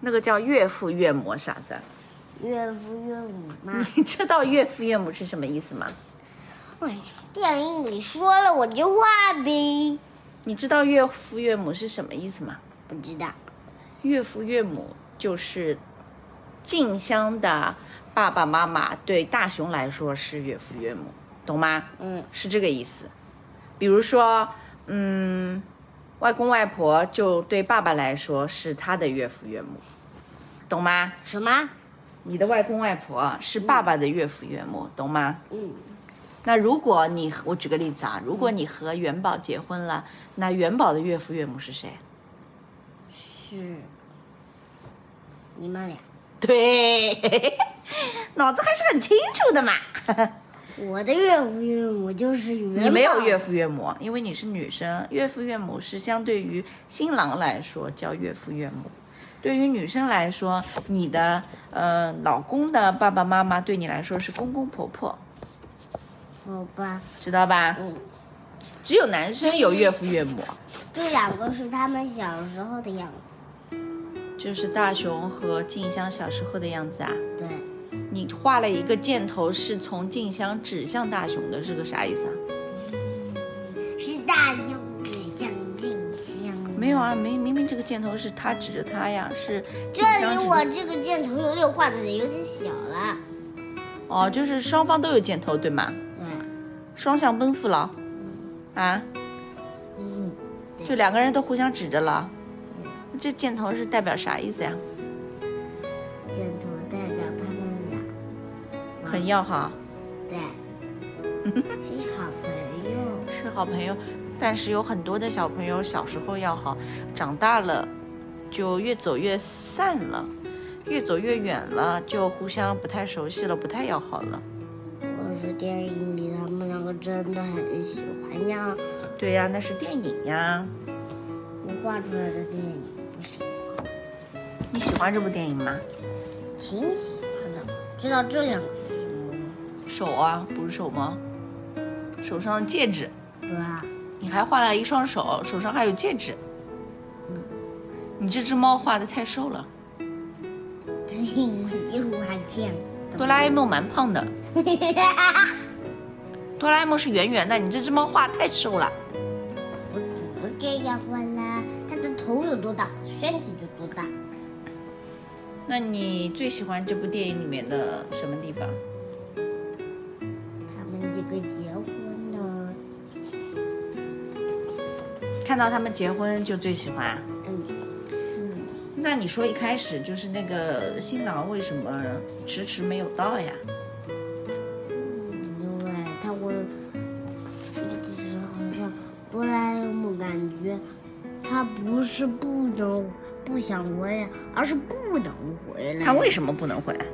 那个叫岳父岳母啥子啊？岳父岳母嘛。 你知道岳父岳母是什么意思吗？哎呀，电影里说了我就画呗，你知道岳父岳母是什么意思吗？不知道。岳父岳母就是静香的爸爸妈妈，对大雄来说是岳父岳母，懂吗？嗯，是这个意思。比如说，嗯，外公外婆就对爸爸来说是他的岳父岳母，懂吗？什么？你的外公外婆是爸爸的岳父岳母，懂吗？嗯，那如果你和我举个例子啊，如果你和元宝结婚了，那元宝的岳父岳母是谁？是你们俩。对， 脑子还是很清楚的嘛。我的岳父岳母就是元 宝你没有岳父岳母，因为你是女生，岳父岳母是相对于新郎来说叫岳父岳母。对于女生来说，你的呃老公的爸爸妈妈对你来说是公公婆婆，好吧？知道吧？嗯，只有男生有岳父岳母，这两个是他们小时候的样子。就是大雄和静香小时候的样子啊。对，你画了一个箭头是从静香指向大雄的，是个啥意思啊？是大熊指向静香。没有啊，明明明这个箭头是他指着他呀，是这静香里指我这个箭头有点画的有点小了。哦，就是双方都有箭头对吗？嗯双向奔赴了啊，嗯，就两个人都互相指着了。这箭头是代表啥意思呀？箭头代表他们俩。很要好，对，是好朋友。是好朋友，但是有很多的小朋友小时候要好，长大了就越走越散了，越走越远了，就互相不太熟悉了，不太要好了。我说电影里他们两个真的很喜欢呀，对呀、那是电影呀。我画出来的电影不行。你喜欢这部电影吗？挺喜欢的。知道这两个是什么吗？手啊，不是手吗？手上的戒指，对啊，你还画了一双手，手上还有戒指。你这只猫画的太瘦了，对，我就画这样。哆啦 A 梦蛮胖 的。哆啦 A 梦是圆圆的，你这只猫画太瘦了。我我这样画啦，它的头有多大，身体就多大。那你最喜欢这部电影里面的什么地方？他们这个结婚呢，看到他们结婚就最喜欢。嗯嗯，那你说一开始就是那个新郎为什么迟迟没有到呀？嗯因为他我就是好像哆啦 A 梦感觉。他不是不能不想回来，而是不能回来。他为什么不能回来？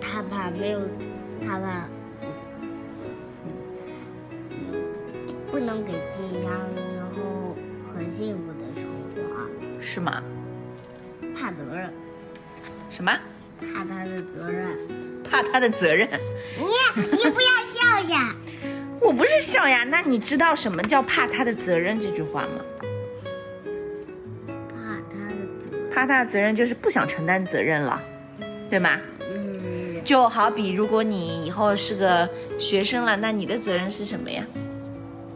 他怕没有，他怕不能给静香然后很幸福的生活，是吗？怕责任，什么？怕他的责任。怕他的责任？ 你你不要笑呀！ 我不是笑呀。那你知道什么叫怕他的责任这句话吗？怕他的责任，怕他的责任就是不想承担责任了，对吗？嗯，就好比如果你以后是个学生了，那你的责任是什么呀？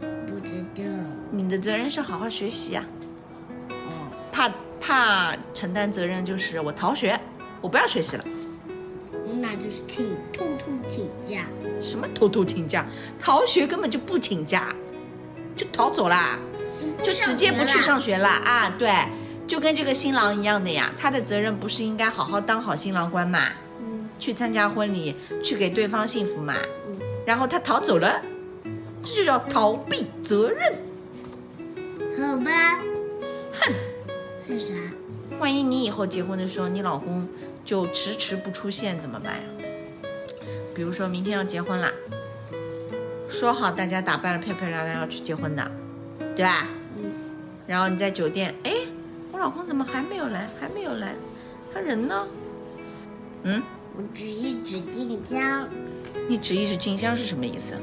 不知道。你的责任是好好学习呀、哦，怕怕承担责任就是我逃学，我不要学习了。那就是请偷偷请假。什么偷偷请假？逃学根本就不请假，就逃走啦，就直接不去上学啦啊！对，就跟这个新郎一样的呀，他的责任不是应该好好当好新郎官嘛？嗯去参加婚礼，去给对方幸福嘛？嗯，然后他逃走了，这就叫逃避责任。好吧。哼，是啥？万一你以后结婚的时候，你老公就迟迟不出现怎么办呀？比如说明天要结婚啦，说好大家打扮的漂漂亮亮要去结婚的，对吧？嗯，然后你在酒店，哎，我老公怎么还没有来？还没有来，他人呢？嗯，我指一指静香。你指一指静香是什么意思？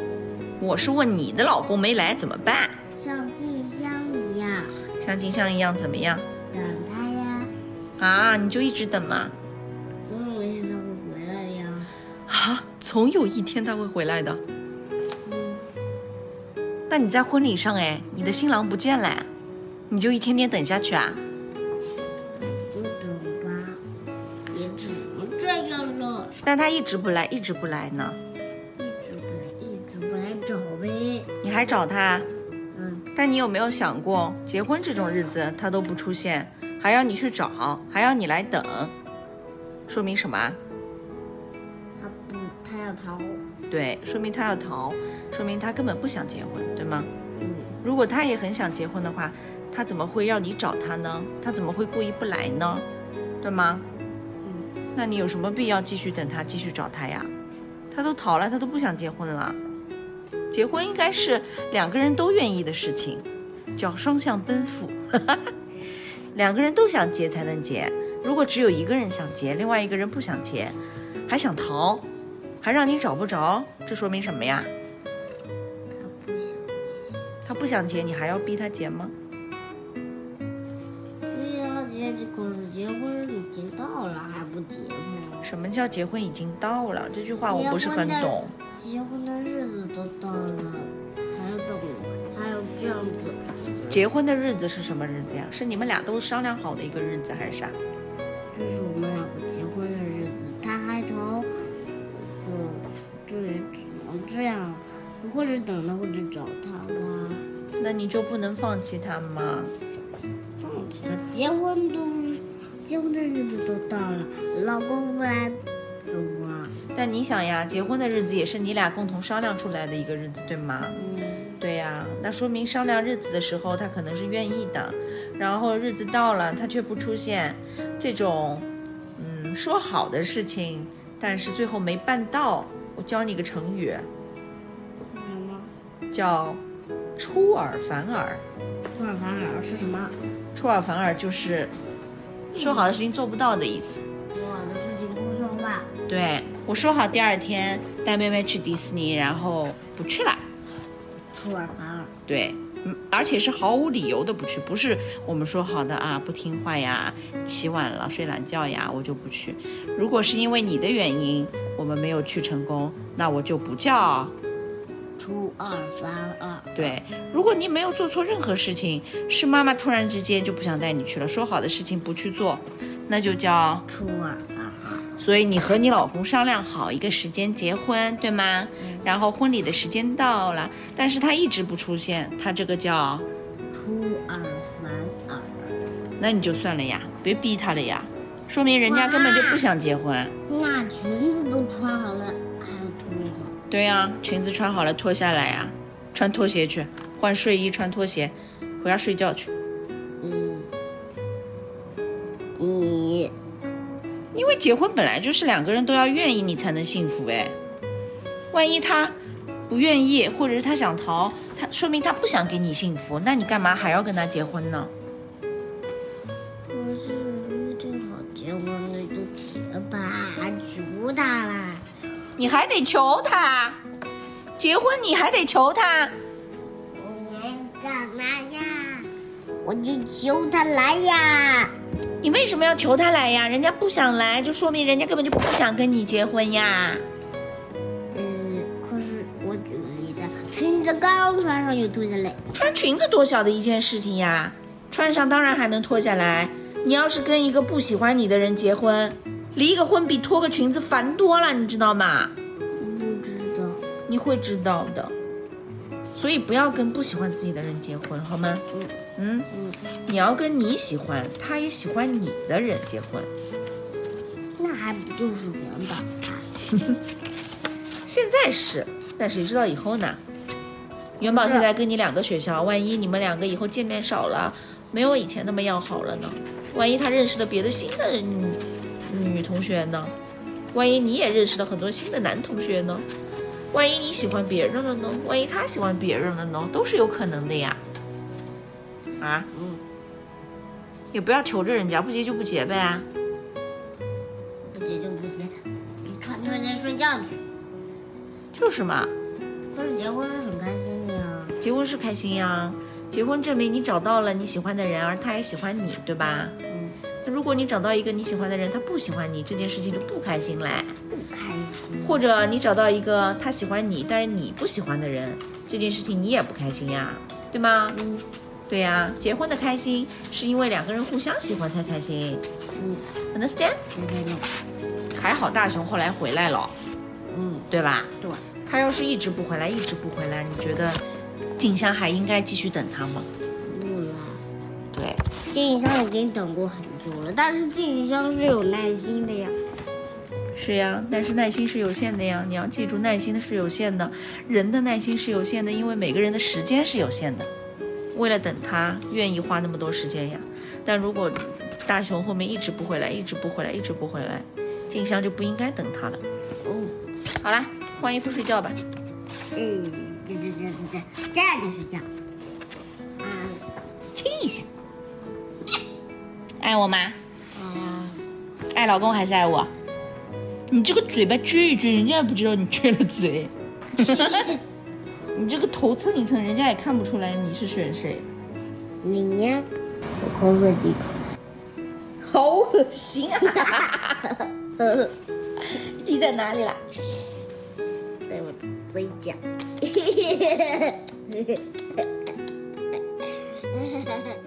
我是问你的老公没来怎么办？像静香一样像静香一样怎么样等他呀，啊，你就一直等嘛。总有一天他会回来呀。啊，总有一天他会回来的。嗯，那你在婚礼上，哎，你的新郎不见了，哎你就一天天等下去啊？就等吧，也只能这样了。但他一直不来，一直不来呢，一直不来，一直不来找呗。你还找他？嗯，但你有没有想过，结婚这种日子他都不出现，还要你去找，还要你来等，说明什么啊？他不，他要逃。对，说明他要逃，说明他根本不想结婚，对吗？嗯，如果他也很想结婚的话，他怎么会要你找他呢？他怎么会故意不来呢？对吗？嗯那你有什么必要继续等他，继续找他呀？他都逃了，他都不想结婚了。结婚应该是两个人都愿意的事情，叫双向奔赴， 两个人都想结才能结。如果只有一个人想结，另外一个人不想结，还想逃，还让你找不着，这说明什么呀？他不想接。他不想结，你还要逼他结吗？对呀，结这个结婚已经到了，还不结呢？什么叫结婚已经到了？这句话我不是很懂。结婚的日子都到了，还要等，还要这样子。结婚的日子是什么日子呀？是你们俩都商量好的一个日子还是啥？这是我们两个结婚的日子，他还逃，就对，只能这样，或者等他，或者找他吧。那你就不能放弃他吗？放弃了，结婚都是结婚的日子都到了，老公回来怎么？但你想呀，结婚的日子也是你俩共同商量出来的一个日子，对吗？嗯，对呀、那说明商量日子的时候他可能是愿意的，然后日子到了他却不出现，这种，嗯，说好的事情，但是最后没办到。我教你个成语，什么？叫出尔反尔。出尔反尔是什么？出尔反尔就是说好的事情做不到的意思。我的事情不算话。对我说好第二天带妹妹去迪士尼，然后不去了。出尔反尔，对，嗯而且是毫无理由的不去，不是我们说好的啊，不听话呀，起晚了睡懒觉呀，我就不去。如果是因为你的原因，我们没有去成功，那我就不叫。出尔反尔。对，如果你没有做错任何事情，是妈妈突然之间就不想带你去了，说好的事情不去做，那就叫出尔反尔，所以你和你老公商量好一个时间结婚，对吗？然后婚礼的时间到了，但是他一直不出现，他这个叫，出尔反尔。那你就算了呀，别逼他了呀，说明人家根本就不想结婚。那裙子都穿好了，还要脱吗？对呀、裙子穿好了脱下来呀、穿拖鞋去，换睡衣穿拖鞋，回家睡觉去。嗯，你因为结婚本来就是两个人都要愿意，你才能幸福哎。万一他不愿意，或者是他想逃，他说明他不想给你幸福，那你干嘛还要跟他结婚呢？我是约定好结婚的就结吧，求他啦！你还得求他，结婚你还得求他。我能干嘛呀？我就求他来呀！你为什么要求他来呀？人家不想来，就说明人家根本就不想跟你结婚呀。嗯，可是我举个例子，裙子刚穿上就脱下来，穿裙子多小的一件事情呀，穿上当然还能脱下来。你要是跟一个不喜欢你的人结婚，离个婚比脱个裙子烦多了，你知道吗？不知道。你会知道的。所以不要跟不喜欢自己的人结婚，好吗？嗯嗯，嗯，你要跟你喜欢，他也喜欢你的人结婚。那还不就是元宝啊吗？现在是，但谁知道以后呢？元宝现在跟你两个学校，万一你们两个以后见面少了，没有以前那么要好了呢？万一他认识了别的新的女女同学呢？万一你也认识了很多新的男同学呢？万一你喜欢别人了呢？万一他喜欢别人了呢？都是有可能的呀。啊，嗯，也不要求着人家，不结就不结呗。啊不结就不结，你穿拖鞋睡觉去。就是嘛，可是结婚是很开心的呀。结婚是开心呀，结婚证明你找到了你喜欢的人，而他也喜欢你，对吧？嗯，如果你找到一个你喜欢的人，他不喜欢你，这件事情就不开心啦。不开心。或者你找到一个他喜欢你，但是你不喜欢的人，这件事情你也不开心呀，对吗？嗯对呀、结婚的开心是因为两个人互相喜欢才开心嗯， ，understand？应该的。还好大熊后来回来了，嗯，对吧？对，他要是一直不回来，一直不回来，你觉得静香还应该继续等他吗？不啦。对，电影箱已经等过很久了，但是电影箱是有耐心的呀。是呀，但是耐心是有限的呀，你要记住，耐心是有限的，人的耐心是有限的，因为每个人的时间是有限的。为了等他，愿意花那么多时间呀。但如果大熊后面一直不回来，一直不回来，一直不回来，静香就不应该等他了。嗯好啦，换衣服睡觉吧。嗯，这这这这这站着睡觉。啊，亲一下。爱我吗？啊，爱老公还是爱我？你这个嘴巴撅一撅，人家也不知道你撅了 嘴。你这个头蹭一蹭，人家也看不出来你是选谁。你呀，我口水滴出好恶心啊！ 来，滴在哪里啦？在我的嘴角。